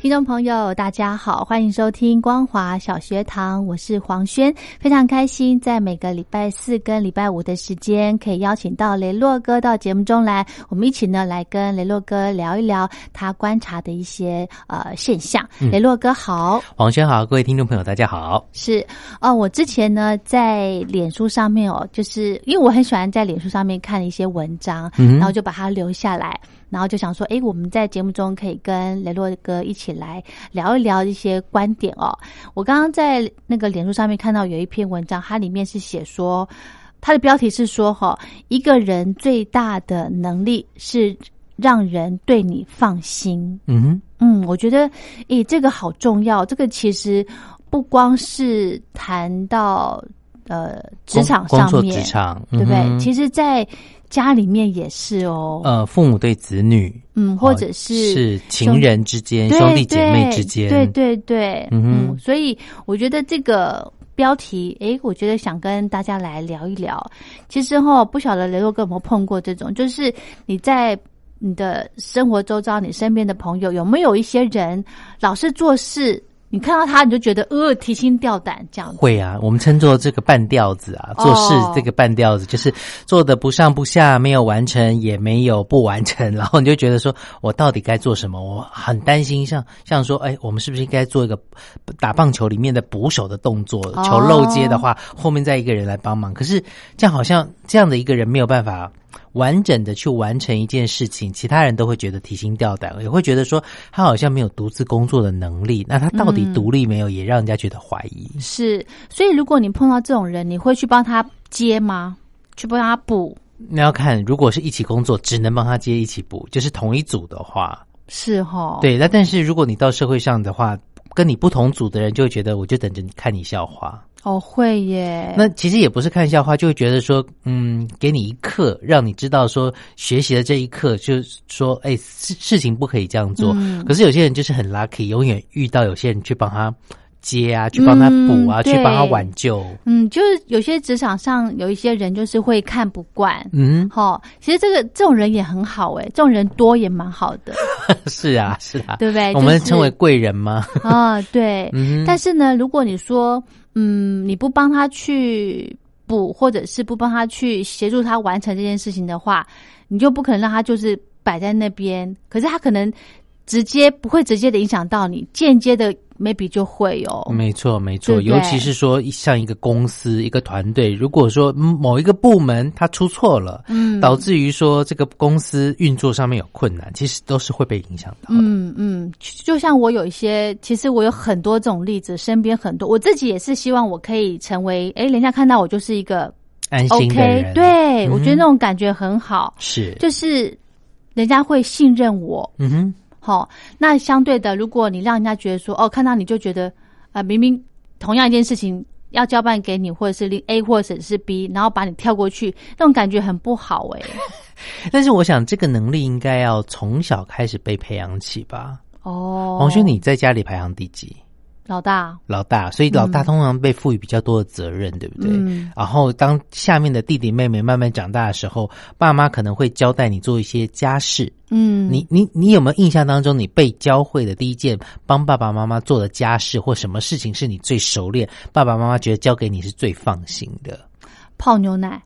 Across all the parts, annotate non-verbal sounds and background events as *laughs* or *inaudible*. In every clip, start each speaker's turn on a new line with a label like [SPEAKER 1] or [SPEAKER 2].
[SPEAKER 1] 听众朋友，大家好，欢迎收听光华小学堂，我是黄轩，非常开心在每个礼拜四跟礼拜五的时间，可以邀请到雷洛哥到节目中来，我们一起呢来跟雷洛哥聊一聊他观察的一些呃现象。
[SPEAKER 2] 嗯
[SPEAKER 1] 雷洛哥好，
[SPEAKER 2] 黄轩好，各位听众朋友，大家好。
[SPEAKER 1] 是哦，我之前呢在脸书上面哦，就是因为我很喜欢在脸书上面看一些文章，
[SPEAKER 2] 嗯
[SPEAKER 1] 然后就把它留下来，然后就想说，诶，我们在节目中可以跟雷洛哥一起来聊一聊一些观点哦。我刚刚在那个脸书上面看到有一篇文章，它里面是写说，它的标题是说哈、一个人最大的能力是让人对你放心。
[SPEAKER 2] 嗯哼，
[SPEAKER 1] 嗯，我觉得，诶，这个好重要。这个其实不光是谈到呃职场
[SPEAKER 2] 工工
[SPEAKER 1] 上
[SPEAKER 2] 作
[SPEAKER 1] 面，
[SPEAKER 2] 职场，
[SPEAKER 1] 对不对？
[SPEAKER 2] 嗯哼
[SPEAKER 1] 其实，在家里面也是哦，
[SPEAKER 2] 呃，父母对子女，
[SPEAKER 1] 嗯，或者
[SPEAKER 2] 哦
[SPEAKER 1] 是
[SPEAKER 2] 是
[SPEAKER 1] 兄
[SPEAKER 2] 情人之间、
[SPEAKER 1] 对
[SPEAKER 2] 兄弟姐妹之间，
[SPEAKER 1] 对对对，
[SPEAKER 2] 嗯哼
[SPEAKER 1] 所以我觉得这个。标题，诶，我觉得想跟大家来聊一聊。其实哈、不晓得雷洛哥有没有碰过这种，就是你在你的生活周遭，你身边的朋友有没有一些人老是做事，你看到他你就觉得呃提心吊胆这样子。
[SPEAKER 2] 会啊，我们称作这个半吊子啊，做事
[SPEAKER 1] 哦
[SPEAKER 2] 这个半吊子，就是做的不上不下，没有完成，也没有不完成，然后你就觉得说我到底该做什么？我很担心，像像说，哎，我们是不是应该做一个 *laughs* 打棒球里面的捕手的动作？
[SPEAKER 1] 哦
[SPEAKER 2] 球漏接的话，后面再一个人来帮忙。可是这样好像这样的一个人没有办法。完整的去完成一件事情，其他人都会觉得提心吊胆，也会觉得说他好像没有独自工作的能力。那他到底
[SPEAKER 1] 嗯
[SPEAKER 2] 独立没有，也让人家觉得怀疑。
[SPEAKER 1] 是，所以如果你碰到这种人，你会去帮他接吗？去帮他补？
[SPEAKER 2] 那要看，如果是一起工作，只能帮他接一起补，就是同一组的话，
[SPEAKER 1] 是哈、，
[SPEAKER 2] 对。那但是如果你到社会上的话，跟你不同组的人就会觉得，我就等着你看你笑话。
[SPEAKER 1] 哦，会耶。
[SPEAKER 2] 那其实也不是看笑话，就会觉得说，嗯，给你一课，让你知道说，学习的这一课，就是说，哎，事事情不可以这样做。
[SPEAKER 1] 嗯
[SPEAKER 2] 可是有些人就是很 lucky，永远遇到有些人去帮他接啊，去帮他补啊，
[SPEAKER 1] 嗯
[SPEAKER 2] 去帮他
[SPEAKER 1] 对
[SPEAKER 2] 挽救。
[SPEAKER 1] 嗯，就是有些职场上有一些人就是会看不惯。
[SPEAKER 2] 嗯，
[SPEAKER 1] 哦，其实这个这种人也很好欸诶，这种人多也蛮好
[SPEAKER 2] *laughs*
[SPEAKER 1] 的，
[SPEAKER 2] 是啊，是啊，
[SPEAKER 1] 对不对？
[SPEAKER 2] 我们
[SPEAKER 1] 就是
[SPEAKER 2] 称为贵人吗？
[SPEAKER 1] 啊、对。
[SPEAKER 2] 嗯哼，
[SPEAKER 1] 但是呢，如果你说，嗯，你不帮他去补，或者是不帮他去协助他完成这件事情的话，你就不可能让他就是摆在那边。可是他可能直接不会直接的影响到你，间接的 maybe 就会哦有、
[SPEAKER 2] 没错，没错，
[SPEAKER 1] 对不对
[SPEAKER 2] 尤其是说像一个公司、一个团队，如果说嗯某一个部门它出错了，
[SPEAKER 1] 嗯
[SPEAKER 2] 导致于说这个公司运作上面有困难，其实都是会被影响到的。
[SPEAKER 1] 嗯嗯，就就像我有一些，其实我有很多这种例子，身边很多，我自己也是希望我可以成为，哎，人家看到我就是一个
[SPEAKER 2] 安心的
[SPEAKER 1] OK，
[SPEAKER 2] 人，
[SPEAKER 1] 对、
[SPEAKER 2] 嗯
[SPEAKER 1] 我觉得那种感觉很好，
[SPEAKER 2] 是，
[SPEAKER 1] 就是人家会信任我，
[SPEAKER 2] 嗯哼，
[SPEAKER 1] 好、那相对的，如果你让人家觉得说，哦，看到你就觉得，啊、明明同样一件事情要交办给你，或者是另 A 或者是 B，然后把你跳过去，那种感觉很不好、诶。哎，
[SPEAKER 2] 但是我想这个能力应该要从小开始被培养起吧。
[SPEAKER 1] 哦，
[SPEAKER 2] 黄轩，你在家里排行第几？
[SPEAKER 1] 老大，
[SPEAKER 2] 老大，所以老大通常被赋予比较多的责任，对不对？
[SPEAKER 1] 嗯
[SPEAKER 2] 然后当下面的弟弟妹妹慢慢长大的时候，爸妈可能会交代你做一些家事，
[SPEAKER 1] 嗯，
[SPEAKER 2] 你你你有没有印象当中，你被教会的第一件帮爸爸妈妈做的家事或什么事情是你最熟练，爸爸妈妈觉得交给你是最放心的？ *laughs*
[SPEAKER 1] 泡牛奶。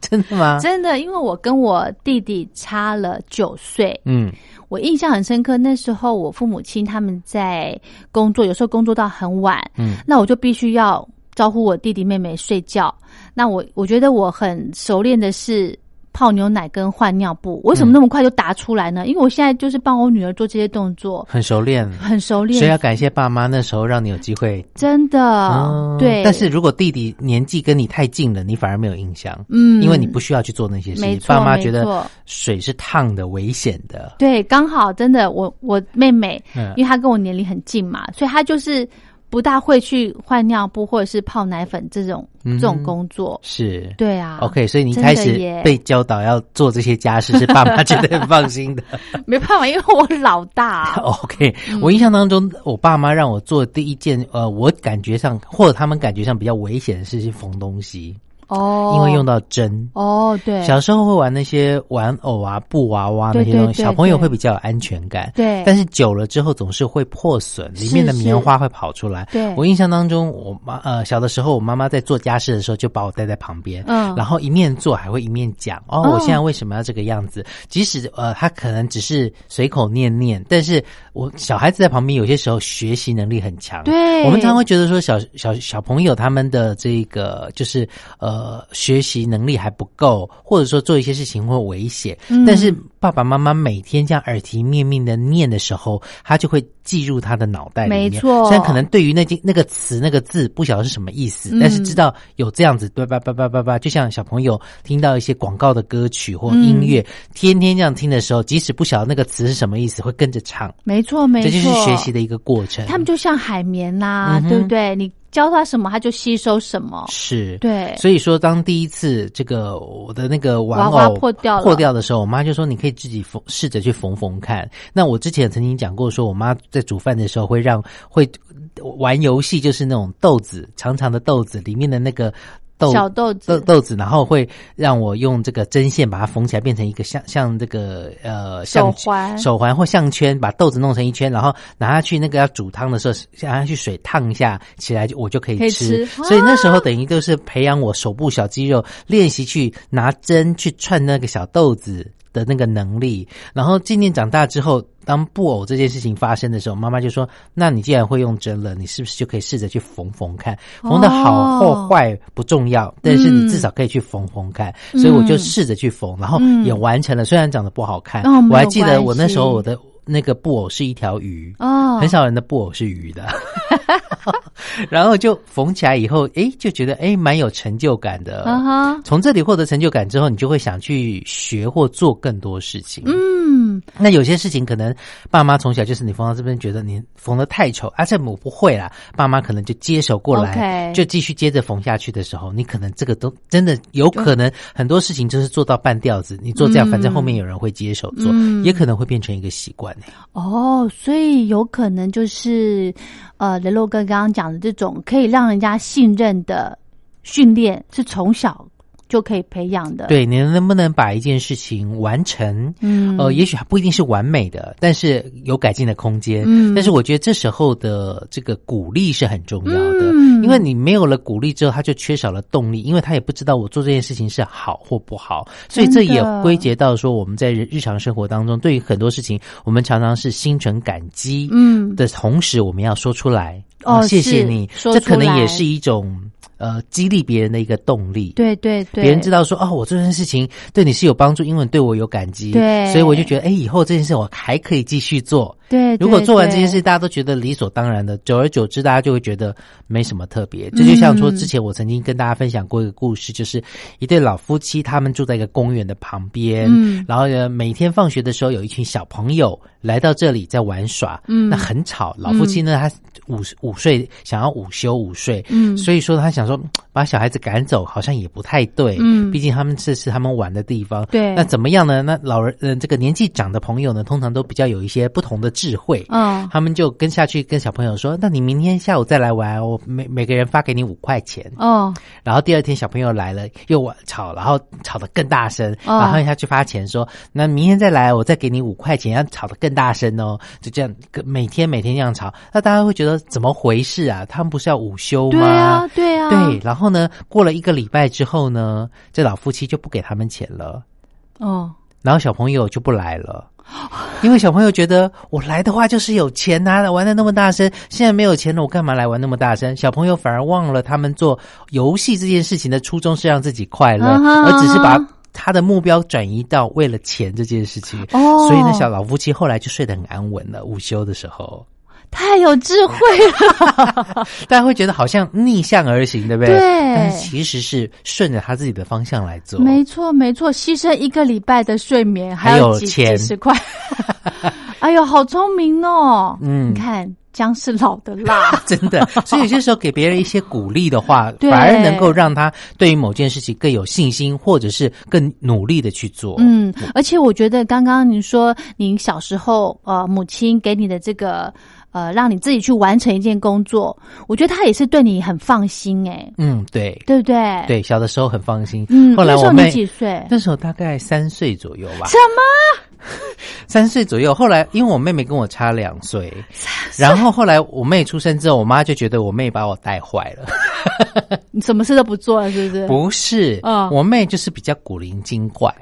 [SPEAKER 2] 真的吗？
[SPEAKER 1] 真的，因为我跟我弟弟差了九岁，
[SPEAKER 2] 嗯
[SPEAKER 1] 我印象很深刻。那时候我父母亲他们在工作，有时候工作到很晚，
[SPEAKER 2] 嗯，
[SPEAKER 1] 那我就必须要招呼我弟弟妹妹睡觉。那我我觉得我很熟练的是泡牛奶跟换尿布，为什么那么快就答出来呢？
[SPEAKER 2] 嗯
[SPEAKER 1] 因为我现在就是帮我女儿做这些动作，
[SPEAKER 2] 很熟练。
[SPEAKER 1] 很熟
[SPEAKER 2] 所以要
[SPEAKER 1] 练，
[SPEAKER 2] 感谢爸妈那时候让你有机会。
[SPEAKER 1] 真的、
[SPEAKER 2] 嗯
[SPEAKER 1] 啊对。
[SPEAKER 2] 但是如果弟弟年纪跟你太近了，你反而没有印象，
[SPEAKER 1] 嗯，
[SPEAKER 2] 因为你不需要去做那些事
[SPEAKER 1] 没
[SPEAKER 2] 情。
[SPEAKER 1] 错
[SPEAKER 2] 爸妈
[SPEAKER 1] 没
[SPEAKER 2] 觉得
[SPEAKER 1] 错
[SPEAKER 2] 水是烫的、危险的。
[SPEAKER 1] 对，刚好真的，我我妹妹，
[SPEAKER 2] 嗯
[SPEAKER 1] 因为她跟我年龄很近嘛，所以她就是不大会去换尿布或者是泡奶粉这种、
[SPEAKER 2] 嗯
[SPEAKER 1] 这种工作。
[SPEAKER 2] 是。
[SPEAKER 1] 对啊
[SPEAKER 2] OK，所以你一
[SPEAKER 1] 真
[SPEAKER 2] 开
[SPEAKER 1] 的
[SPEAKER 2] 始
[SPEAKER 1] 耶
[SPEAKER 2] 被教导要做这些家事，是爸妈觉得很放心的。。
[SPEAKER 1] 没办法，因为我老大
[SPEAKER 2] OK，我 *laughs*
[SPEAKER 1] 嗯
[SPEAKER 2] 印象当中，我爸妈让我做的第一件，呃，我感觉上或者他们感觉上比较危险的事情，缝东西，
[SPEAKER 1] 哦，
[SPEAKER 2] 因为用到针。
[SPEAKER 1] 哦，对，
[SPEAKER 2] 小时候会玩那些玩偶啊、布娃娃那
[SPEAKER 1] 对
[SPEAKER 2] 些
[SPEAKER 1] 对
[SPEAKER 2] 东西，
[SPEAKER 1] 对
[SPEAKER 2] 小朋友
[SPEAKER 1] 对
[SPEAKER 2] 会比较有安全感。
[SPEAKER 1] 对，
[SPEAKER 2] 但
[SPEAKER 1] 是
[SPEAKER 2] 是久了之后总是会破损，里
[SPEAKER 1] 是
[SPEAKER 2] 面的
[SPEAKER 1] 是
[SPEAKER 2] 棉花会跑出来。
[SPEAKER 1] 对
[SPEAKER 2] 我印象当中，我妈呃小的时候，我妈妈在做家事的时候就把我带在旁边，
[SPEAKER 1] 嗯
[SPEAKER 2] 然后一面做还会一面讲哦，
[SPEAKER 1] 哦
[SPEAKER 2] 我现在为什么要这个样子？即使呃她可能只是随口念念，但是我小孩子在旁边有些时候学习能力很强，
[SPEAKER 1] 对
[SPEAKER 2] 我们常常会觉得说小小小朋友他们的这个就是呃学习能力还不够，或者说做一些事情会危险，
[SPEAKER 1] 嗯
[SPEAKER 2] 但是爸爸妈妈每天这样耳提面命的念的时候，他就会记入他的脑袋里面。
[SPEAKER 1] 没错
[SPEAKER 2] 虽然可能对于那件那个词那个字不晓得是什么意思，
[SPEAKER 1] 嗯
[SPEAKER 2] 但是知道有这样子叭叭叭叭叭叭，就像小朋友听到一些广告的歌曲或音乐，
[SPEAKER 1] 嗯
[SPEAKER 2] 天天这样听的时候，即使不晓得那个词是什么意思，会跟着唱。
[SPEAKER 1] 没错，没
[SPEAKER 2] 这
[SPEAKER 1] 错，
[SPEAKER 2] 就是学习的一个过程。
[SPEAKER 1] 他们就像海绵啦、
[SPEAKER 2] 嗯哼
[SPEAKER 1] 对不对？你教他什么，他就吸收什么。
[SPEAKER 2] 是
[SPEAKER 1] 对，
[SPEAKER 2] 所以说，当第一次这个我的那个玩偶
[SPEAKER 1] 娃娃破掉了
[SPEAKER 2] 破掉的时候，我妈就说你可以自己缝，试着去缝缝看。那我之前曾经讲过，说我妈在煮饭的时候会让会玩游戏，就是那种豆子长长的豆子里面的那个豆
[SPEAKER 1] 小豆
[SPEAKER 2] 豆
[SPEAKER 1] 子，
[SPEAKER 2] 豆子，然后会让我用这个针线把它缝起来，变成一个像像这个呃
[SPEAKER 1] 手
[SPEAKER 2] 项
[SPEAKER 1] 环
[SPEAKER 2] 手环或项圈，把豆子弄成一圈，然后拿下去那个要煮汤的时候，拿下去水烫一下起来，就我就可以
[SPEAKER 1] 可以
[SPEAKER 2] 吃。
[SPEAKER 1] 吃
[SPEAKER 2] 所以那时候等于都是培养我手部小肌肉，练习去拿针去串那个小豆子。的那个能力，然后渐渐长大之后，当布偶这件事情发生的时候，妈妈就说：“那你既然会用针了，你是不是就可以试着去缝缝看？缝的好或
[SPEAKER 1] 哦
[SPEAKER 2] 坏不重要，但是你
[SPEAKER 1] 嗯
[SPEAKER 2] 至少可以去缝缝看。所以我就
[SPEAKER 1] 嗯
[SPEAKER 2] 试着去缝，然后
[SPEAKER 1] 嗯
[SPEAKER 2] 也完成了。虽然长得不好看，
[SPEAKER 1] 哦没有
[SPEAKER 2] 我还记得我那
[SPEAKER 1] 关系
[SPEAKER 2] 时候我的那个布偶是一条鱼，
[SPEAKER 1] 哦，
[SPEAKER 2] 很少人的布偶是鱼
[SPEAKER 1] *laughs*
[SPEAKER 2] 的。 *laughs* 然后就缝起来以后，诶，就觉得诶蛮有成就感的。
[SPEAKER 1] 啊哈，
[SPEAKER 2] 从这里获得成就感之后，你就会想去学或做更多事情。
[SPEAKER 1] 嗯，
[SPEAKER 2] 那有些事情可能爸妈从小就是你缝到这边，觉得你缝的太丑，啊，这我不会啦，爸妈可能就接手过来
[SPEAKER 1] OK
[SPEAKER 2] 就继续接着缝下去的时候，你可能这个都真的有可能很多事情就是做到半吊子，你做这样，
[SPEAKER 1] 嗯
[SPEAKER 2] 反正后面有人会接手做，
[SPEAKER 1] 嗯
[SPEAKER 2] 也可能会变成一个习惯、欸
[SPEAKER 1] 哦，所以有可能就是，呃，雷洛哥刚刚讲的这种可以让人家信任的训练，是从小就可以培养的。，
[SPEAKER 2] 对，你能不能把一件事情完成？
[SPEAKER 1] 嗯，
[SPEAKER 2] 呃，也许还不一定是完美的，但是有改进的空间。
[SPEAKER 1] 嗯
[SPEAKER 2] 但是我觉得这时候的这个鼓励是很重要的，
[SPEAKER 1] 嗯
[SPEAKER 2] 因为你没有了鼓励之后，他就缺少了动力，因为他也不知道我做这件事情是好或不好，所以这
[SPEAKER 1] 真的
[SPEAKER 2] 也归结到说我们在日日常生活当中，对于很多事情，我们常常是心存感激，
[SPEAKER 1] 嗯
[SPEAKER 2] 的同时，我们要说出来，
[SPEAKER 1] 哦
[SPEAKER 2] 啊谢谢
[SPEAKER 1] 是
[SPEAKER 2] 你，
[SPEAKER 1] 说
[SPEAKER 2] 这
[SPEAKER 1] 出
[SPEAKER 2] 可能也
[SPEAKER 1] 来
[SPEAKER 2] 是一种呃激励别人的一个动力，
[SPEAKER 1] 对对对，
[SPEAKER 2] 别人知道说哦，我做这件事情对你是有帮助，因为你对我有感激，
[SPEAKER 1] 对
[SPEAKER 2] 所以我就觉得，哎，以后这件事我还可以继续做。
[SPEAKER 1] 对，对
[SPEAKER 2] 如果做完这件
[SPEAKER 1] 对
[SPEAKER 2] 事，大家都觉得理所当然的，久而久之，大家就会觉得没什么特别。这就像说，
[SPEAKER 1] 嗯
[SPEAKER 2] 之前我曾经跟大家分享过一个故事，就是一对老夫妻，他们住在一个公园的旁边，
[SPEAKER 1] 嗯
[SPEAKER 2] 然后呢，每天放学的时候，有一群小朋友来到这里在玩耍，
[SPEAKER 1] 嗯
[SPEAKER 2] 那很吵。老夫妻呢，他午午睡，想要午休午睡，
[SPEAKER 1] 嗯
[SPEAKER 2] 所以说他想说嗯把小孩子赶走好像也不太对，
[SPEAKER 1] 嗯
[SPEAKER 2] 毕竟他们这是他们玩的地方，
[SPEAKER 1] 对
[SPEAKER 2] 那怎么样呢？那老人，嗯、这个年纪长的朋友呢，通常都比较有一些不同的智慧，
[SPEAKER 1] 嗯，
[SPEAKER 2] 他们就跟下去跟小朋友说，那你明天下午再来玩，我每每个人发给你五块钱。
[SPEAKER 1] 哦，
[SPEAKER 2] 然后第二天小朋友来了，又玩吵，然后吵得更大声，
[SPEAKER 1] 哦
[SPEAKER 2] 然后他去发钱说，那明天再来，我再给你五块钱，要吵得更大声哦，就这样，跟每天每天这样吵，那大家会觉得怎么回事啊？他们不是要午休吗？
[SPEAKER 1] 对啊，对啊，
[SPEAKER 2] 对，，然后呢，过了一个礼拜之后呢，这老夫妻就不给他们钱了，
[SPEAKER 1] 哦，
[SPEAKER 2] 然后小朋友就不来了，因为小朋友觉得我来的话就是有钱呐、玩的那么大声，现在没有钱了，我干嘛来玩那么大声？小朋友反而忘了他们做游戏这件事情的初衷是让自己快乐，
[SPEAKER 1] 啊哈
[SPEAKER 2] 而只是
[SPEAKER 1] 啊
[SPEAKER 2] 把
[SPEAKER 1] 哈
[SPEAKER 2] 他的目标转移到为了钱这件事情。
[SPEAKER 1] 哦
[SPEAKER 2] 所以呢，小老夫妻后来就睡得很安稳了，午休的时候。
[SPEAKER 1] 太有智慧了，
[SPEAKER 2] 大家会觉得好像逆向而行，对不对？
[SPEAKER 1] 对
[SPEAKER 2] 但其实是顺着他自己的方向来做。
[SPEAKER 1] 没错没错，牺牲一个礼拜的睡眠，
[SPEAKER 2] 还有
[SPEAKER 1] 有几
[SPEAKER 2] 钱
[SPEAKER 1] 几十
[SPEAKER 2] *laughs*
[SPEAKER 1] 块，哎呦，好聪明哦！
[SPEAKER 2] 嗯，
[SPEAKER 1] 你看姜是老的辣 *laughs*
[SPEAKER 2] 真的，所以有些时候给别人一些鼓励的话，
[SPEAKER 1] 对
[SPEAKER 2] 反而能够让他对于某件事情更有信心，或者是更努力的去做。，
[SPEAKER 1] 嗯，而且我觉得刚刚你说你小时候呃，母亲给你的这个呃，让你自己去完成一件工作，我觉得她也是对你很放心哎、
[SPEAKER 2] 嗯，对，
[SPEAKER 1] 对不对？，
[SPEAKER 2] 对，小的时候很放心。
[SPEAKER 1] 嗯，
[SPEAKER 2] 后来
[SPEAKER 1] 那时
[SPEAKER 2] 我
[SPEAKER 1] 候你
[SPEAKER 2] 妹
[SPEAKER 1] 几岁？
[SPEAKER 2] 那时候大概三岁左右吧
[SPEAKER 1] 什，么？
[SPEAKER 2] *laughs* 三岁左右。后来因为我妹妹跟我差两岁，然后后来我妹出生之后，我妈就觉得我妹把我带坏了。
[SPEAKER 1] 你什么事都不做了，是不是？
[SPEAKER 2] 不是，
[SPEAKER 1] 嗯
[SPEAKER 2] 我妹就是比较古灵精怪，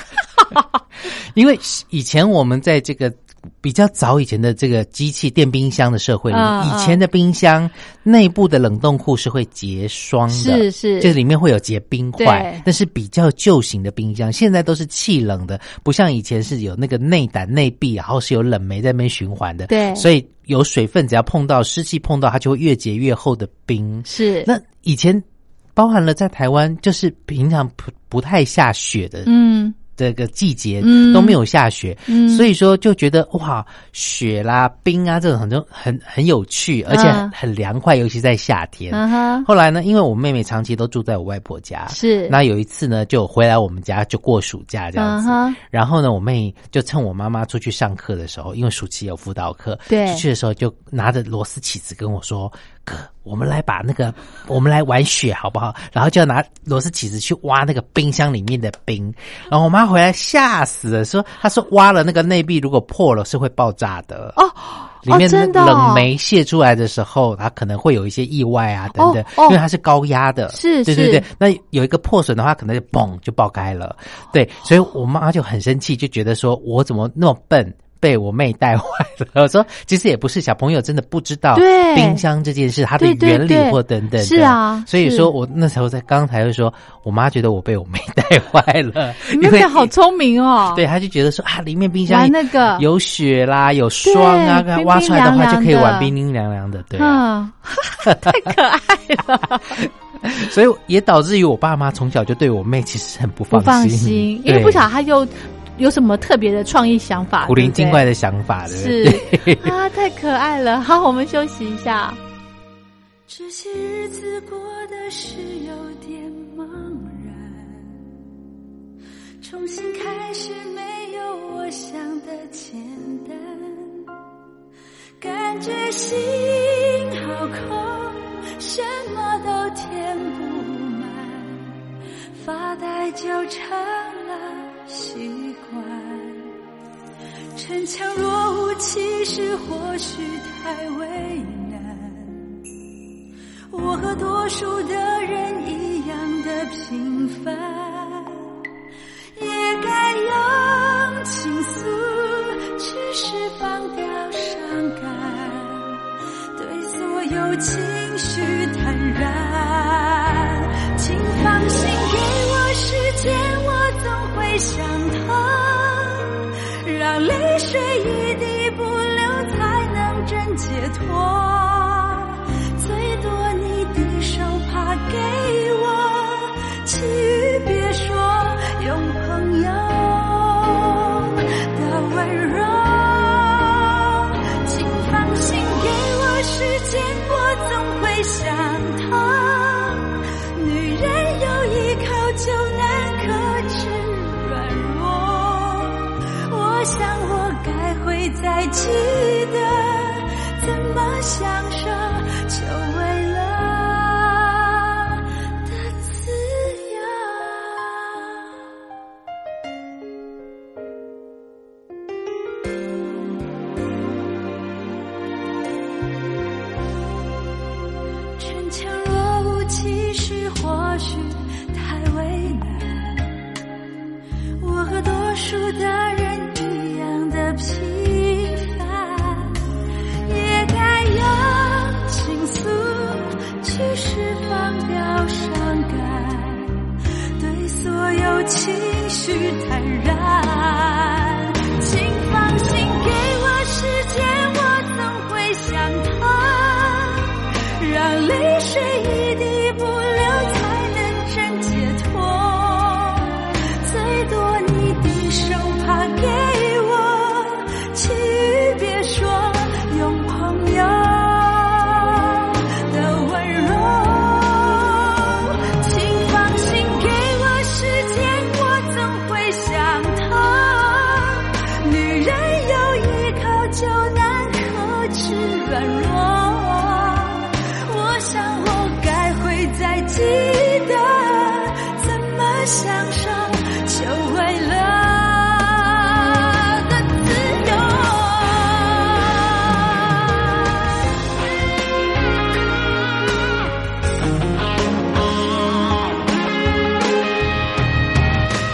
[SPEAKER 2] *laughs* 因为以前我们在这个。比较早以前的这个机器电冰箱的社会里面，
[SPEAKER 1] 嗯嗯
[SPEAKER 2] 以前的冰箱内部的冷冻库是会结霜的，
[SPEAKER 1] 是是
[SPEAKER 2] 这里面会有结冰块
[SPEAKER 1] 对。
[SPEAKER 2] 但是比较旧型的冰箱，现在都是气冷的，不像以前是有那个内胆内壁，然后是有冷媒在那边循环的。
[SPEAKER 1] 对
[SPEAKER 2] 所以有水分只要碰到湿气碰到，它就会越结越厚的冰。
[SPEAKER 1] 是，
[SPEAKER 2] 那以前包含了在台湾，就是平常不不太下雪的
[SPEAKER 1] 嗯
[SPEAKER 2] 这个季节、
[SPEAKER 1] 嗯
[SPEAKER 2] 都没有下雪，
[SPEAKER 1] 嗯，
[SPEAKER 2] 所
[SPEAKER 1] 以
[SPEAKER 2] 以说就觉得哇，雪啦、冰啊这种很很很有趣，而且很
[SPEAKER 1] 嗯
[SPEAKER 2] 很凉快，尤其在夏天。
[SPEAKER 1] 啊哈，
[SPEAKER 2] 后来呢，因为我妹妹长期都住在我外婆家，
[SPEAKER 1] 是
[SPEAKER 2] 那有一次呢，就回来我们家就过暑假这样
[SPEAKER 1] 嗯
[SPEAKER 2] 子。
[SPEAKER 1] 哼，
[SPEAKER 2] 然后呢，我妹就趁我妈妈出去上课的时候，因为暑期有辅导课，
[SPEAKER 1] 对
[SPEAKER 2] 出去的时候就拿着螺丝起子跟我说：“哥，我们来把那个，我们来玩雪好不好？”然后就要拿螺丝起子去挖那个冰箱里面的冰。然后我妈回来吓死了，说：“她说挖了那个内壁，如果破了是会爆炸的。”
[SPEAKER 1] 哦。
[SPEAKER 2] 里面
[SPEAKER 1] 真的哦
[SPEAKER 2] 冷媒泄出来的时候，它可能会有一些意外啊等等，
[SPEAKER 1] 哦哦
[SPEAKER 2] 因为它是高压的，
[SPEAKER 1] 是
[SPEAKER 2] 对对
[SPEAKER 1] 是
[SPEAKER 2] 对。那有一个破损的话，可能就嘣就爆开了，
[SPEAKER 1] 哦
[SPEAKER 2] 对。所以我妈就很生气，就觉得说我怎么那么笨，被我妹带坏了。我说其实也不是，小朋友真的不知道
[SPEAKER 1] 对
[SPEAKER 2] 冰箱这件事它的
[SPEAKER 1] 对对
[SPEAKER 2] 原理
[SPEAKER 1] 对
[SPEAKER 2] 或等等的
[SPEAKER 1] 是啊
[SPEAKER 2] 所以
[SPEAKER 1] 是
[SPEAKER 2] 说我那时候在刚才就说，我妈觉得我被我妹带坏
[SPEAKER 1] *laughs*
[SPEAKER 2] 了，
[SPEAKER 1] 你
[SPEAKER 2] 因
[SPEAKER 1] 妹
[SPEAKER 2] 为
[SPEAKER 1] 妹好聪明哦！
[SPEAKER 2] *laughs* 对，他就觉得说啊，里面冰箱
[SPEAKER 1] 玩那个
[SPEAKER 2] 有雪啦，有霜啊，
[SPEAKER 1] 对
[SPEAKER 2] 挖出来的话就可以玩冰
[SPEAKER 1] 冰
[SPEAKER 2] 冰凉凉的，对、啊，
[SPEAKER 1] 嗯，太可爱了，
[SPEAKER 2] 所以也导致于我爸妈从小就对我妹其实很不
[SPEAKER 1] 不
[SPEAKER 2] 放
[SPEAKER 1] 放
[SPEAKER 2] 心
[SPEAKER 1] 心，，因为
[SPEAKER 2] 对
[SPEAKER 1] 不晓得他又有什么特别的创意想法，
[SPEAKER 2] 古灵精怪
[SPEAKER 1] 的，
[SPEAKER 2] 的想法，对
[SPEAKER 1] *laughs*
[SPEAKER 2] 不对？
[SPEAKER 1] 是啊，太可爱了。 *laughs* 好，我们休息一下。
[SPEAKER 3] 这些日子过得是有点茫然，重新开始没有我想的简单，感觉心好空，什么都填不满，发呆就成了习惯。逞强若无其事，或许太为难。我和多数的人一样的平凡，也该用倾诉去释放掉伤感。对所有情绪坦然，请放心，给我时间，我总会想通，让泪水一滴不流，才能真解脱。最多你的手帕给我，其余别说，用朋友的温柔。请放心，给我时间，我总会想通。女人有依靠就难克制软弱，我想我该会再记得怎么享受久违了的自由。逞强若无其事，或许太为难。我和多数的人一样让泪水一滴不流，才能真解脱。最多你的手帕给我，其余别说，用朋友的温柔。请放心给我时间，我总会想通。女人有依靠就难可知软弱。我想我该会再记得怎么享受求快乐的自由。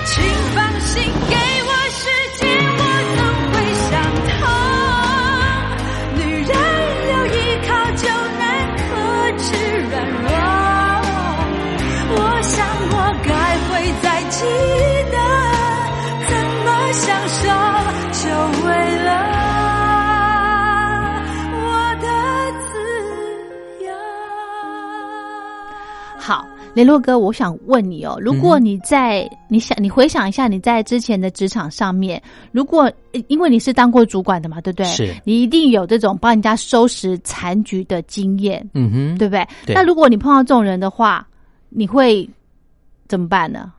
[SPEAKER 3] 请放心给我时间，我总会想通。女人有依靠就难克制软弱。我想我该会再记得怎么享受，就为了我的自由。
[SPEAKER 1] 好，雷洛哥，我想问你哦，如果你在、你想你回想一下你在之前的职场上面，如果呃因为你是当过主管的嘛，对不对？
[SPEAKER 2] 是
[SPEAKER 1] 你一定有这种帮人家收拾残局的经验，
[SPEAKER 2] 嗯哼，
[SPEAKER 1] 对不对？
[SPEAKER 2] 对
[SPEAKER 1] 那如果你碰到这种人的话，你会怎么办呢？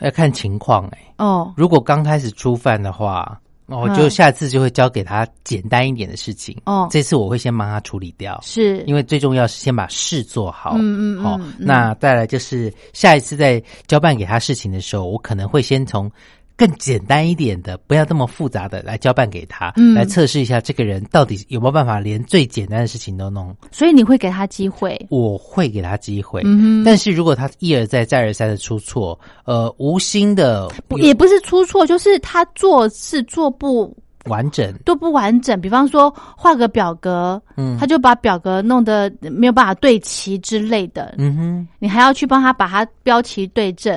[SPEAKER 2] 要看情况哎、
[SPEAKER 1] 哦，
[SPEAKER 2] 如果刚开始初犯的话，我
[SPEAKER 1] 嗯
[SPEAKER 2] 就下次就会交给他简单一点的事情。
[SPEAKER 1] 哦
[SPEAKER 2] 这次我会先帮他处理掉，
[SPEAKER 1] 是，
[SPEAKER 2] 因为最重要是先把事做好。
[SPEAKER 1] 嗯嗯嗯
[SPEAKER 2] 好、
[SPEAKER 1] 嗯
[SPEAKER 2] 那再来就是下一次在交办给他事情的时候，我可能会先从。更简单一点的，不要那么复杂的来交办给他，
[SPEAKER 1] 嗯
[SPEAKER 2] 来测试一下这个人到底有没有办法连最简单的事情都弄。
[SPEAKER 1] 所以你会给他机会。
[SPEAKER 2] 我会给他机会，
[SPEAKER 1] 嗯哼，
[SPEAKER 2] 但是如果他一而再、再而三的出错，呃，无心的
[SPEAKER 1] 不也不是出错，就是他做事做不
[SPEAKER 2] 完整，
[SPEAKER 1] 都不完整。比方说画个表格，
[SPEAKER 2] 嗯
[SPEAKER 1] 他就把表格弄得没有办法对齐之类的，
[SPEAKER 2] 嗯哼，
[SPEAKER 1] 你还要去帮他把它标齐对正。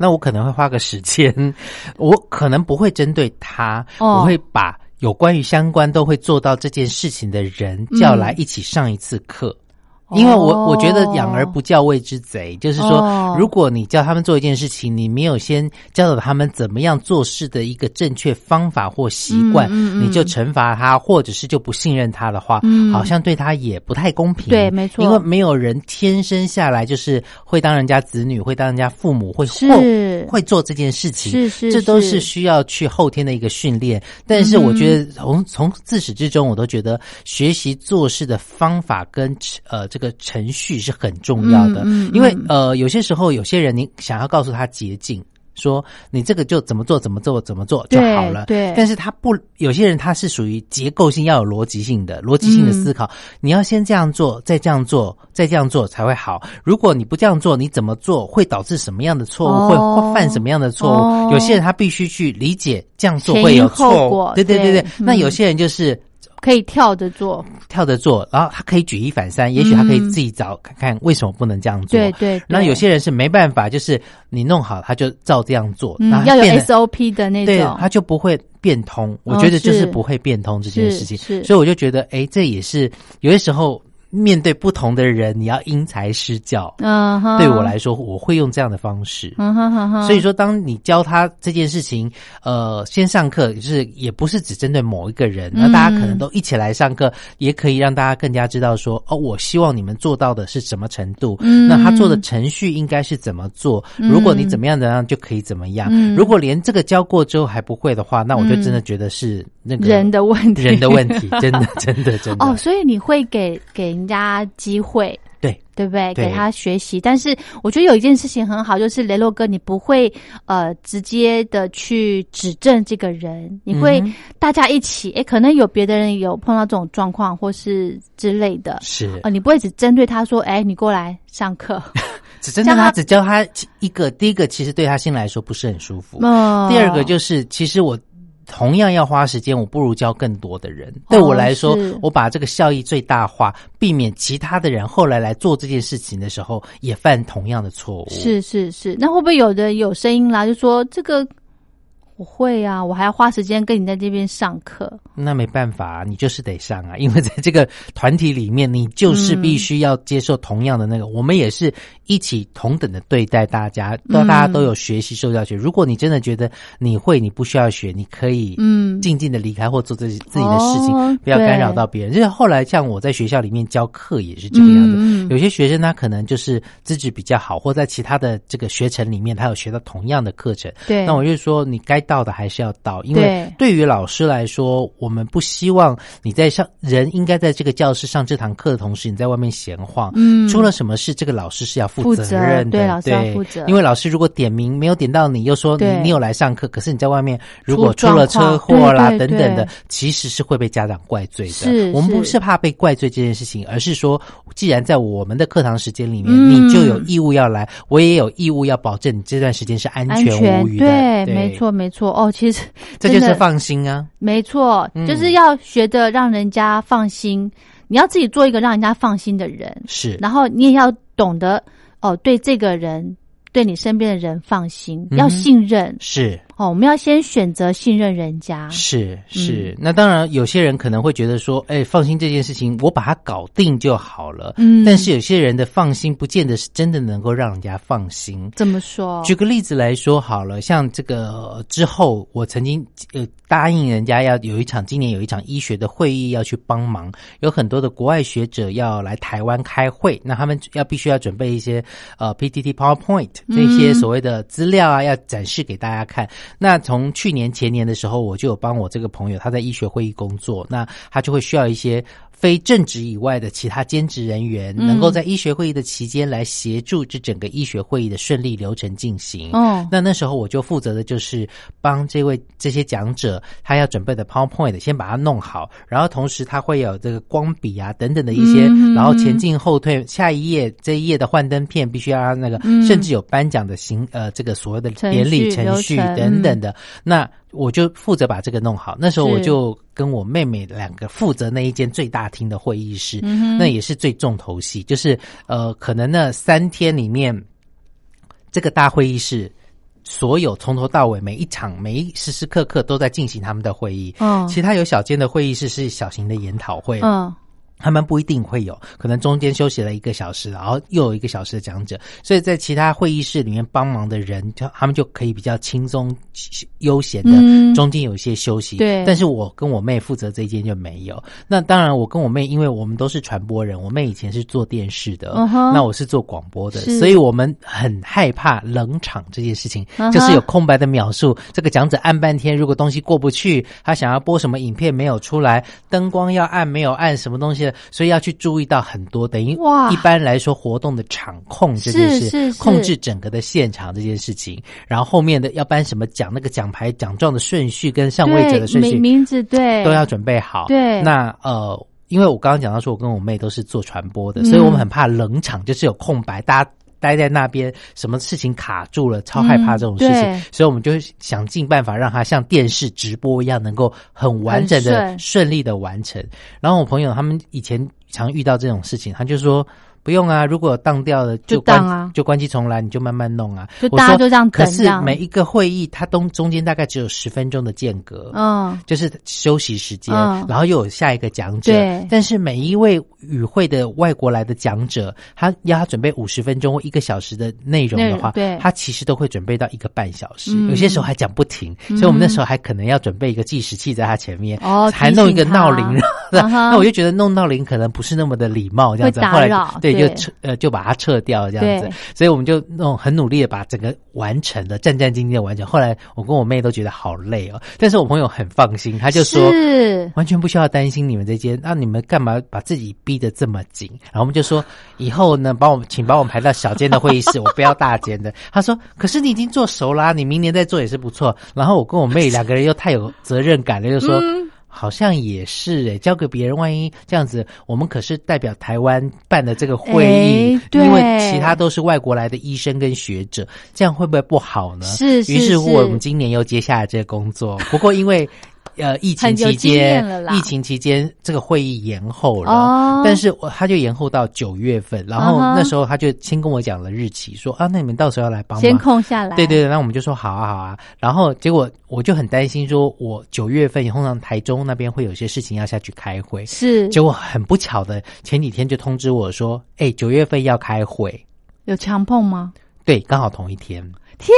[SPEAKER 2] 那我可能会花个时间，我可能不会针对他，
[SPEAKER 1] 哦
[SPEAKER 2] 我会把有关于相关都会做到这件事情的人
[SPEAKER 1] 嗯
[SPEAKER 2] 叫来一起上一次课。因为我我觉得养而不教未之贼，就是说，
[SPEAKER 1] 哦
[SPEAKER 2] 如果你教他们做一件事情，你没有先教导他们怎么样做事的一个正确方法或习惯，
[SPEAKER 1] 嗯嗯嗯
[SPEAKER 2] 你就惩罚他，或者是就不信任他的话，
[SPEAKER 1] 嗯
[SPEAKER 2] 好像对他也不太公平。
[SPEAKER 1] 对没错
[SPEAKER 2] 因为没有人天生下来就是会当人家子女，会当人家父母，会
[SPEAKER 1] 是
[SPEAKER 2] 会做这件事情，
[SPEAKER 1] 是是
[SPEAKER 2] 这都
[SPEAKER 1] 是
[SPEAKER 2] 是需要去后天的一个训练。但是我觉
[SPEAKER 1] 嗯
[SPEAKER 2] 得从、从自始至终，我都觉得学习做事的方法跟呃这个程序是很重要的，
[SPEAKER 1] 嗯嗯
[SPEAKER 2] 因为
[SPEAKER 1] 嗯
[SPEAKER 2] 呃有些时候有些人你想要告诉他捷径。说你这个就怎么做怎么做怎么做就
[SPEAKER 1] 对
[SPEAKER 2] 好了，
[SPEAKER 1] 对
[SPEAKER 2] 但是他不，有些人他是属于结构性要有逻辑性的，逻辑性的
[SPEAKER 1] 嗯
[SPEAKER 2] 思考。你要先这样做，再这样做，再这样做才会好。如果你不这样做，你怎么做会导致什么样的错误？会
[SPEAKER 1] 哦
[SPEAKER 2] 会犯什么样的错误？
[SPEAKER 1] 哦
[SPEAKER 2] 有些人他必须去理解这样做
[SPEAKER 1] 前
[SPEAKER 2] 会
[SPEAKER 1] 因
[SPEAKER 2] 有
[SPEAKER 1] 后
[SPEAKER 2] 错
[SPEAKER 1] 果
[SPEAKER 2] 误。对对对对，
[SPEAKER 1] 对
[SPEAKER 2] 那
[SPEAKER 1] 嗯
[SPEAKER 2] 有些人就是
[SPEAKER 1] 可以跳着做，
[SPEAKER 2] 跳着做，然后他可以举一反三，也许他可以自己找看看为什么不能这样
[SPEAKER 1] 嗯
[SPEAKER 2] 做。
[SPEAKER 1] 对对对
[SPEAKER 2] 那有些人是没办法，就是你弄好他就照这样做，
[SPEAKER 1] 嗯
[SPEAKER 2] 那，他
[SPEAKER 1] 要有
[SPEAKER 2] 啊变得
[SPEAKER 1] SOP 的那
[SPEAKER 2] 对，
[SPEAKER 1] 种
[SPEAKER 2] 它。就不会变通。我
[SPEAKER 1] 哦
[SPEAKER 2] 觉得就是是不会变通这件事情，
[SPEAKER 1] 是是
[SPEAKER 2] 所以我就觉得，哎，这也是有些时候面对不同的人，你要因材施教。
[SPEAKER 1] 嗯哼，
[SPEAKER 2] 对我，来说，我会用这样的方式。
[SPEAKER 1] 嗯哼哼哼，
[SPEAKER 2] 所以说，当你教他这件事情，呃，先上课就是也不是只针对某一个人，那、
[SPEAKER 1] 嗯
[SPEAKER 2] 大家可能都一起来上课，也可以让大家更加知道说，哦，我希望你们做到的是什么程度，
[SPEAKER 1] 嗯
[SPEAKER 2] 那他做的程序应该是怎么做，如果你怎么样怎么样就可以怎么样。
[SPEAKER 1] 嗯
[SPEAKER 2] 如果连这个教过之后还不会的话，那我就真的觉得是那个
[SPEAKER 1] 人的问题，
[SPEAKER 2] 人的问题，真的真的真
[SPEAKER 1] *laughs*
[SPEAKER 2] 的
[SPEAKER 1] 哦，所以你会给给人家机会，
[SPEAKER 2] 对。
[SPEAKER 1] 对不对？
[SPEAKER 2] 对
[SPEAKER 1] 给他学习，但是我觉得有一件事情很好，就是雷洛哥，你不会呃直接的去指正这个人，你会
[SPEAKER 2] 嗯
[SPEAKER 1] 大家一起，诶，可能有别的人有碰到这种状况或是之类的，
[SPEAKER 2] 是
[SPEAKER 1] 呃，，你不会只针对他说，诶，你过来上
[SPEAKER 2] *laughs*
[SPEAKER 1] 课，
[SPEAKER 2] 只针对
[SPEAKER 1] 教他
[SPEAKER 2] 他，只教他一个。第一个，其实对他心来说不是很舒服。
[SPEAKER 1] 那
[SPEAKER 2] 第二个就是，其实我同样要花时间，我不如教更多的人。对我来说
[SPEAKER 1] 哦是，
[SPEAKER 2] 我把这个效益最大化，避免其他的人后来来做这件事情的时候也犯同样的错误。
[SPEAKER 1] 是是是，那会不会有的有声音啦，就说这个我会啊，我还要花时间跟你在这边上课。
[SPEAKER 2] 那没办法、你就是得上啊， *laughs* 因为在这个团体里面，你就是必须要接受同样的那个。我们也是一起同等的对待大家，
[SPEAKER 1] 嗯
[SPEAKER 2] 都大家都有学习受教学。如果你真的觉得你会，你不需要学，你可以
[SPEAKER 1] 嗯
[SPEAKER 2] 静静的离开或做自己自己的事情，
[SPEAKER 1] 哦
[SPEAKER 2] 不要干扰
[SPEAKER 1] 对
[SPEAKER 2] 到别人。就是后来像我在学校里面教课也是这个样子，
[SPEAKER 1] 嗯嗯
[SPEAKER 2] 有些学生他可能就是资质比较好，或在其他的这个学程里面，他有学到同样的课程，
[SPEAKER 1] 对，
[SPEAKER 2] 那我就说，你该到的还是要到，因为
[SPEAKER 1] 对
[SPEAKER 2] 对于老师来说，我们不希望你在上人应该在这个教室上这堂课的同时，你在外面闲晃。
[SPEAKER 1] 嗯
[SPEAKER 2] 出了什么事，这个老师是要负
[SPEAKER 1] 负
[SPEAKER 2] 责
[SPEAKER 1] 责
[SPEAKER 2] 任的，
[SPEAKER 1] 对老师要负责
[SPEAKER 2] 因为老师如果点名没有点到你，又说你
[SPEAKER 1] 对
[SPEAKER 2] 你有来上课，可是你在外面如果
[SPEAKER 1] 出
[SPEAKER 2] 出了车
[SPEAKER 1] 状况
[SPEAKER 2] 祸啦
[SPEAKER 1] 对对
[SPEAKER 2] 等等的
[SPEAKER 1] 对，
[SPEAKER 2] 其实是会被家长怪罪的。
[SPEAKER 1] 是
[SPEAKER 2] 我们不
[SPEAKER 1] 是
[SPEAKER 2] 是怕被怪罪这件事情，而是说，既然在我们的课堂时间里面，
[SPEAKER 1] 嗯
[SPEAKER 2] 你就有义务要来，我也有义务要保证你这段时间是安
[SPEAKER 1] 安全
[SPEAKER 2] 无虞的。
[SPEAKER 1] 对，没错没错。哦，其实
[SPEAKER 2] 这就
[SPEAKER 1] 真
[SPEAKER 2] 是
[SPEAKER 1] 的
[SPEAKER 2] 放心啊。
[SPEAKER 1] 没错，
[SPEAKER 2] 嗯
[SPEAKER 1] 就是要学的让人家放心，你要自己做一个让人家放心的人，
[SPEAKER 2] 是，
[SPEAKER 1] 然后你也要懂得哦，对这个人。对你身边的人放心，
[SPEAKER 2] 嗯哼
[SPEAKER 1] 要信任
[SPEAKER 2] 是，
[SPEAKER 1] 哦。我们要先选择信任人家，
[SPEAKER 2] 是，是。那当然，有些人可能会觉得说，哎，放心这件事情，我把它搞定就好了。
[SPEAKER 1] 嗯
[SPEAKER 2] 但是有些人的放心，不见得是真的能够让人家放心。
[SPEAKER 1] 这么说？
[SPEAKER 2] 举个例子来说好了，像这个呃之后，我曾经呃答应人家要有一场，今年有一场医学的会议要去帮忙，有很多的国外学者要来台湾开会，那他们要必须要准备一些呃 PPT、PowerPoint 这些所谓的资料啊，要展示给大家看。那从去年前年的时候，我就有帮我这个朋友，他在医学会议工作，那他就会需要一些非正职以外的其他兼职人员，
[SPEAKER 1] 嗯
[SPEAKER 2] 能够在医学会议的期间来协助这整个医学会议的顺利流程进行。
[SPEAKER 1] 哦，
[SPEAKER 2] 那那时候我就负责的就是帮这位这些讲者他要准备的 PowerPoint 先把它弄好，然后同时他会有这个光笔啊等等的一些，
[SPEAKER 1] 嗯
[SPEAKER 2] 然后前进后退，下一页这一页的幻灯片必须要让那个，
[SPEAKER 1] 嗯
[SPEAKER 2] 甚至有颁奖的行呃这个所谓的
[SPEAKER 1] 程
[SPEAKER 2] 典
[SPEAKER 1] 序
[SPEAKER 2] 礼程
[SPEAKER 1] 流
[SPEAKER 2] 序
[SPEAKER 1] 程
[SPEAKER 2] 等等的，那我就负责把这个弄好。那时候我
[SPEAKER 1] 是
[SPEAKER 2] 就跟我妹妹两个负责那一间最大厅的会议室，
[SPEAKER 1] 嗯哼
[SPEAKER 2] 那也是最重头戏，就是呃，可能那三天里面，这个大会议室。所有从头到尾每一场每一时时刻刻都在进行他们的会议，
[SPEAKER 1] 嗯
[SPEAKER 2] 其他有小间的会议室是小型的研讨会，
[SPEAKER 1] 嗯，
[SPEAKER 2] 他们不一定会有，可能中间休息了一个小时，然后又有一个小时的讲者，所以在其他会议室里面帮忙的人，他他们就可以比较轻松、悠闲的，
[SPEAKER 1] 嗯
[SPEAKER 2] 中间有一些休息。
[SPEAKER 1] 对
[SPEAKER 2] 但是我跟我妹负责这一间就没有。那当然，我跟我妹，因为我们都是传播人，我妹以前是做电视的，
[SPEAKER 1] 嗯哼
[SPEAKER 2] 那我是做广播的，
[SPEAKER 1] 是
[SPEAKER 2] 所以我们很害怕冷场这件事情，
[SPEAKER 1] 嗯哼
[SPEAKER 2] 就是有空白的描述，这个讲者按半天，如果东西过不去，他想要播什么影片没有出来，灯光要暗没有暗，什么东西的，所以要去注意到很多，等于
[SPEAKER 1] 哇
[SPEAKER 2] 一般来说活动的场控这件
[SPEAKER 1] 是
[SPEAKER 2] 事，
[SPEAKER 1] 是是
[SPEAKER 2] 控制整个的现场这件事情，然后后面的要颁什么奖，那个奖牌奖状的顺序跟上位者的
[SPEAKER 1] 对
[SPEAKER 2] 顺序
[SPEAKER 1] 名名字对
[SPEAKER 2] 都要准备好。
[SPEAKER 1] 对
[SPEAKER 2] 那呃。因为我刚刚讲到说，我跟我妹都是做传播的，
[SPEAKER 1] 嗯
[SPEAKER 2] 所以我们很怕冷场，就是有空白，大家待在那边，什么事情卡住了，超害怕这种事情，
[SPEAKER 1] 嗯对
[SPEAKER 2] 所以我们就想尽办法让它像电视直播一样，能够很完整
[SPEAKER 1] 很
[SPEAKER 2] 的、
[SPEAKER 1] 顺
[SPEAKER 2] 顺利的完成。然后我朋友他们以前常遇到这种事情，他就说。不用啊，如果有当掉了就
[SPEAKER 1] 就当
[SPEAKER 2] 关
[SPEAKER 1] 啊
[SPEAKER 2] 就关机重来，你就慢慢弄啊。
[SPEAKER 1] 就
[SPEAKER 2] 我
[SPEAKER 1] 大家
[SPEAKER 2] 说
[SPEAKER 1] 就这样
[SPEAKER 2] 可
[SPEAKER 1] 等这
[SPEAKER 2] 是
[SPEAKER 1] 样
[SPEAKER 2] 每一个会议，它中中间大概只有十分钟的间隔，
[SPEAKER 1] 嗯
[SPEAKER 2] 就是休息时间，
[SPEAKER 1] 嗯
[SPEAKER 2] 然后又有下一个讲者。
[SPEAKER 1] 对
[SPEAKER 2] 但是每一位与会的外国来的讲者，他要他准备五十分钟或一个小时的内容的
[SPEAKER 1] 内
[SPEAKER 2] 话，
[SPEAKER 1] 容对
[SPEAKER 2] 他其实都会准备到一个半小时，
[SPEAKER 1] 嗯
[SPEAKER 2] 有些时候还讲不停。所以我们那时候还可能要准备一个计时器在他前面，
[SPEAKER 1] 哦
[SPEAKER 2] 还弄一个
[SPEAKER 1] 提醒他
[SPEAKER 2] 闹铃。然后
[SPEAKER 1] 嗯哼
[SPEAKER 2] 那我就觉得弄闹铃可能不是那么的礼貌，这样子。
[SPEAKER 1] 会打
[SPEAKER 2] 后来
[SPEAKER 1] 扰
[SPEAKER 2] 就对，
[SPEAKER 1] 对
[SPEAKER 2] 就撤呃就把它撤掉这样子
[SPEAKER 1] 对。
[SPEAKER 2] 所以我们就那种很努力的把整个完成了，战战兢兢的完成。后来我跟我妹都觉得好累哦，但是我朋友很放心，他就说。
[SPEAKER 1] 是
[SPEAKER 2] 完全不需要担心你们这些，那、你们干嘛把自己逼得这么紧？然后我们就说，以后呢，帮我们请帮我们排到小间的会议
[SPEAKER 1] *laughs*
[SPEAKER 2] 室，我不要大间的。他说，可是你已经做熟啦、你明年再做也是不错。然后我跟我妹两个人又太有责任感了，就说。
[SPEAKER 1] 嗯
[SPEAKER 2] 好像也是诶、交给别人，万一这样子，我们可是代表台湾办的这个会议，
[SPEAKER 1] 哎对
[SPEAKER 2] 因为其他都是外国来的医生跟学者，这样会不会不好呢？
[SPEAKER 1] 是是
[SPEAKER 2] 呃于是乎，
[SPEAKER 1] 是
[SPEAKER 2] *laughs* 我们今年又接下了这个工作。不过因为呃，疫情
[SPEAKER 1] 很有
[SPEAKER 2] 期
[SPEAKER 1] 经验
[SPEAKER 2] 间
[SPEAKER 1] 了啦，
[SPEAKER 2] 疫情期间这个会议延后了，
[SPEAKER 1] 哦
[SPEAKER 2] 但是我他就延后到九月份，然后
[SPEAKER 1] 嗯哼
[SPEAKER 2] 那时候他就先跟我讲了日期，说啊，那你们到时候要来帮忙，
[SPEAKER 1] 先空下来，
[SPEAKER 2] 对对，对，那我们就说好啊好啊，然后结果我就很担心，说我九月份通常台中那边会有一些事情要下去开会，
[SPEAKER 1] 是
[SPEAKER 2] 结果很不巧的前几天就通知我说，哎，九月份要开会，
[SPEAKER 1] 有强碰吗？
[SPEAKER 2] 对，刚好同一天。
[SPEAKER 1] 天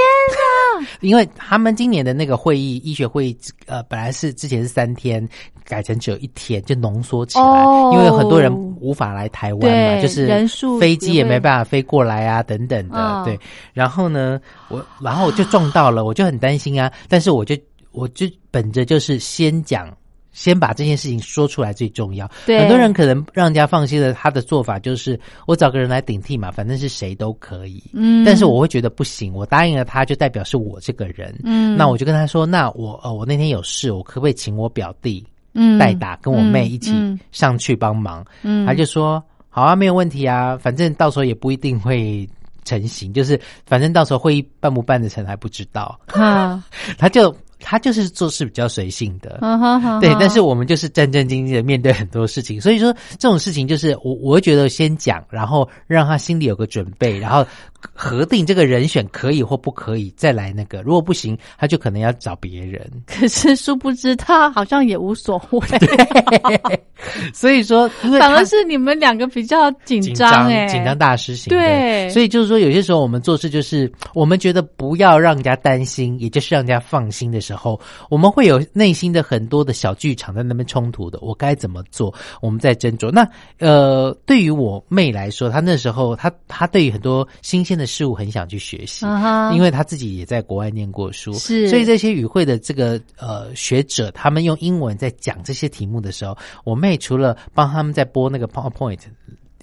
[SPEAKER 2] 哪！ *laughs* 因为他们今年的那个会议，医学会议，呃，本来是之前是三天，改成只有一天，就浓缩起来。
[SPEAKER 1] 哦
[SPEAKER 2] 因为有很多人无法来台湾嘛，
[SPEAKER 1] 对
[SPEAKER 2] 就是
[SPEAKER 1] 人数
[SPEAKER 2] 飞机
[SPEAKER 1] 也
[SPEAKER 2] 也
[SPEAKER 1] 会
[SPEAKER 2] 没办法飞过来啊，等等的。
[SPEAKER 1] 嗯
[SPEAKER 2] 对，然后呢，我然后我就撞
[SPEAKER 1] *gasps*
[SPEAKER 2] 到了，我就很担心啊，但是我就我就本着就是先讲。先把这件事情说出来最重要。
[SPEAKER 1] 对
[SPEAKER 2] 很多人可能让人家放心的，他的做法就是我找个人来顶替嘛，反正是谁都可以。
[SPEAKER 1] 嗯，
[SPEAKER 2] 但是我会觉得不行，我答应了他，就代表是我这个人。
[SPEAKER 1] 嗯
[SPEAKER 2] 那我就跟他说，那我呃，我那天有事，我可不可以请我表弟
[SPEAKER 1] 嗯
[SPEAKER 2] 代打，跟我妹一起
[SPEAKER 1] 嗯
[SPEAKER 2] 上去帮忙？
[SPEAKER 1] 嗯，
[SPEAKER 2] 他就说好啊，没有问题啊，反正到时候也不一定会成型，就是反正到时候会议办不办得成还不知道。
[SPEAKER 1] 哈，
[SPEAKER 2] 他就他就是做事比较随性的，
[SPEAKER 1] 嗯哼哼
[SPEAKER 2] 对，
[SPEAKER 1] 哼
[SPEAKER 2] 但是我们就是战战兢兢的面对很多事情，所以说这种事情就是我，我会觉得先讲，然后让他心里有个准备，然后核定这个人选可以或不可以，再来那个。如果不行，他就可能要找别人。
[SPEAKER 1] 可 *laughs* 是殊不知他好像也无所谓， *laughs*
[SPEAKER 2] 所以说，因为
[SPEAKER 1] 反而
[SPEAKER 2] 他
[SPEAKER 1] 是你们两个比较紧
[SPEAKER 2] 紧
[SPEAKER 1] 张哎，
[SPEAKER 2] 紧张大师型的。
[SPEAKER 1] 对
[SPEAKER 2] 所以就是说，有些时候我们做事就是我们觉得不要让人家担心，也就是让人家放心的时候，我们会有内心的很多的小剧场在那边冲突的。我该怎么做？我们在斟酌。那呃，对于我妹来说，她那时候她她对于很多新鲜的事物很想去学习。
[SPEAKER 1] 嗯哼，
[SPEAKER 2] 因为她自己也在国外念过书，
[SPEAKER 1] 是
[SPEAKER 2] 所以这些与会的这个呃学者，他们用英文在讲这些题目的时候，我妹除了帮他们在播那个 PowerPoint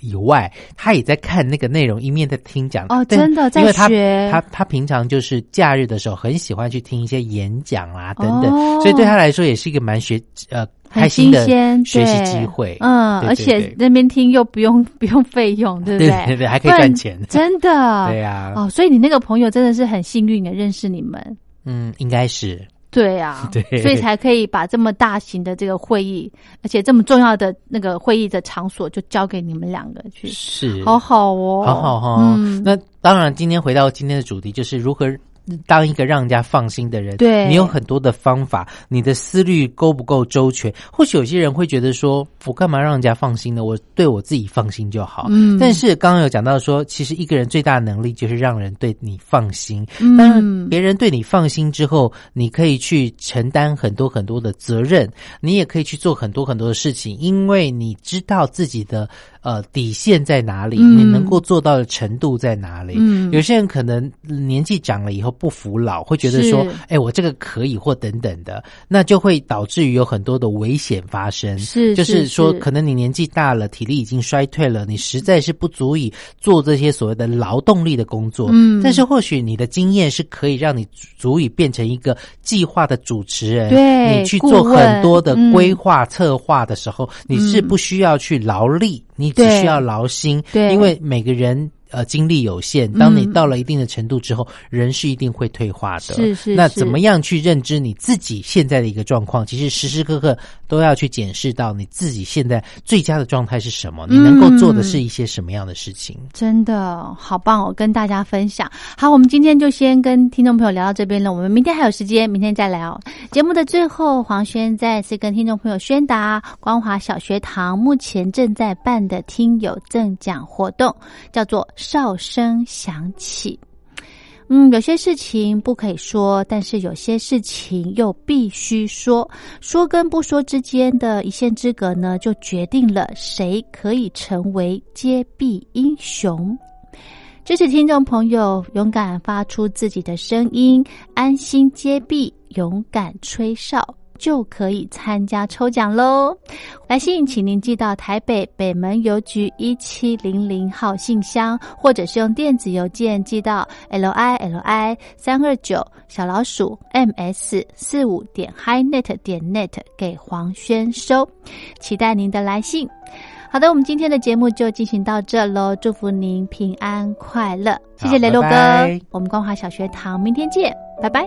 [SPEAKER 2] 以外，她也在看那个内容，一面在听讲。
[SPEAKER 1] 哦
[SPEAKER 2] 但
[SPEAKER 1] 真的在
[SPEAKER 2] 因为她
[SPEAKER 1] 学
[SPEAKER 2] 她她平常就是假日的时候很喜欢去听一些演讲啦、等等，
[SPEAKER 1] 哦
[SPEAKER 2] 所以对她来说也是一个蛮学呃
[SPEAKER 1] 很
[SPEAKER 2] 开心的
[SPEAKER 1] 新鲜
[SPEAKER 2] 学习
[SPEAKER 1] 对
[SPEAKER 2] 机会。
[SPEAKER 1] 嗯，
[SPEAKER 2] 对
[SPEAKER 1] 而
[SPEAKER 2] 对
[SPEAKER 1] 且
[SPEAKER 2] 对
[SPEAKER 1] 那边听又不用不用费用，对不
[SPEAKER 2] 对对对还可以
[SPEAKER 1] 不然
[SPEAKER 2] 赚钱
[SPEAKER 1] 真的。
[SPEAKER 2] *laughs* 对啊
[SPEAKER 1] 哦，所以你那个朋友真的是很幸运的认识你们，
[SPEAKER 2] 嗯，应该是
[SPEAKER 1] 对啊，
[SPEAKER 2] *laughs* 对
[SPEAKER 1] 所以才可以把这么大型的这个会议，而且这么重要的那个会议的场所就交给你们两个去，
[SPEAKER 2] 是
[SPEAKER 1] 好好哦，
[SPEAKER 2] 好好哈、
[SPEAKER 1] 嗯，
[SPEAKER 2] 那当然，今天回到今天的主题，就是如何嗯当一个让人家放心的人。
[SPEAKER 1] 对
[SPEAKER 2] 你有很多的方法，你的思虑够不够周全？或许有些人会觉得说，我干嘛让人家放心呢？我对我自己放心就好。
[SPEAKER 1] 嗯
[SPEAKER 2] 但是刚刚有讲到说，其实一个人最大的能力就是让人对你放心。
[SPEAKER 1] 嗯
[SPEAKER 2] 当然，别人对你放心之后，你可以去承担很多很多的责任，你也可以去做很多很多的事情，因为你知道自己的呃底线在哪里，
[SPEAKER 1] 嗯
[SPEAKER 2] 你能够做到的程度在哪里。
[SPEAKER 1] 嗯
[SPEAKER 2] 有些人可能呃年纪长了以后不服老，会觉得说
[SPEAKER 1] 是，
[SPEAKER 2] 哎，我这个可以或等等的，那就会导致于有很多的危险发生。
[SPEAKER 1] 是
[SPEAKER 2] 就是说，
[SPEAKER 1] 是
[SPEAKER 2] 可能你年纪大了，体力已经衰退了，你实在是不足以做这些所谓的劳动力的工作。
[SPEAKER 1] 嗯
[SPEAKER 2] 但是或许你的经验是可以让你足足以变成一个计划的主持人。
[SPEAKER 1] 对
[SPEAKER 2] 你去
[SPEAKER 1] 顾
[SPEAKER 2] 做
[SPEAKER 1] 问
[SPEAKER 2] 很多的
[SPEAKER 1] 嗯
[SPEAKER 2] 规划、策划的时候，你是不需要去劳力，你只
[SPEAKER 1] 对
[SPEAKER 2] 需要劳心，
[SPEAKER 1] 对
[SPEAKER 2] 因为每个人。呃，精力有限，当你
[SPEAKER 1] 嗯
[SPEAKER 2] 到了一定的程度之后，人是一定会退化的。
[SPEAKER 1] 是是
[SPEAKER 2] 那
[SPEAKER 1] 是
[SPEAKER 2] 怎么样去认知你自己现在的一个状况？其实时时刻刻都要去检视到你自己现在最佳的状态是什么，你能
[SPEAKER 1] 嗯
[SPEAKER 2] 够做的是一些什么样的事情。
[SPEAKER 1] 真的好棒哦，跟大家分享。好，我们今天就先跟听众朋友聊到这边了，我们明天还有时间，明天再聊。节目的最后，黄轩再次跟听众朋友宣达，光华小学堂目前正在办的听友赠奖活动，叫做“哨声响起”。嗯，有些事情不可以说，但是有些事情又必须说。说跟不说之间的一线之隔呢，就决定了谁可以成为接臂英雄。支持听众朋友勇敢发出自己的声音，安心接臂，勇敢吹哨，就可以参加抽奖喽。来信请您寄到台北北门邮局一七零零号信箱，或者是用电子邮件寄到 l i l i 三二九小老鼠 m s 四五点 highnet 点 net 给黄轩收。期待您的来信。好的，我们今天的节目就进行到这喽，祝福您平安快乐，谢谢
[SPEAKER 2] 好
[SPEAKER 1] 雷洛哥，
[SPEAKER 2] 拜拜
[SPEAKER 1] 我们光华小学堂明天见，拜拜。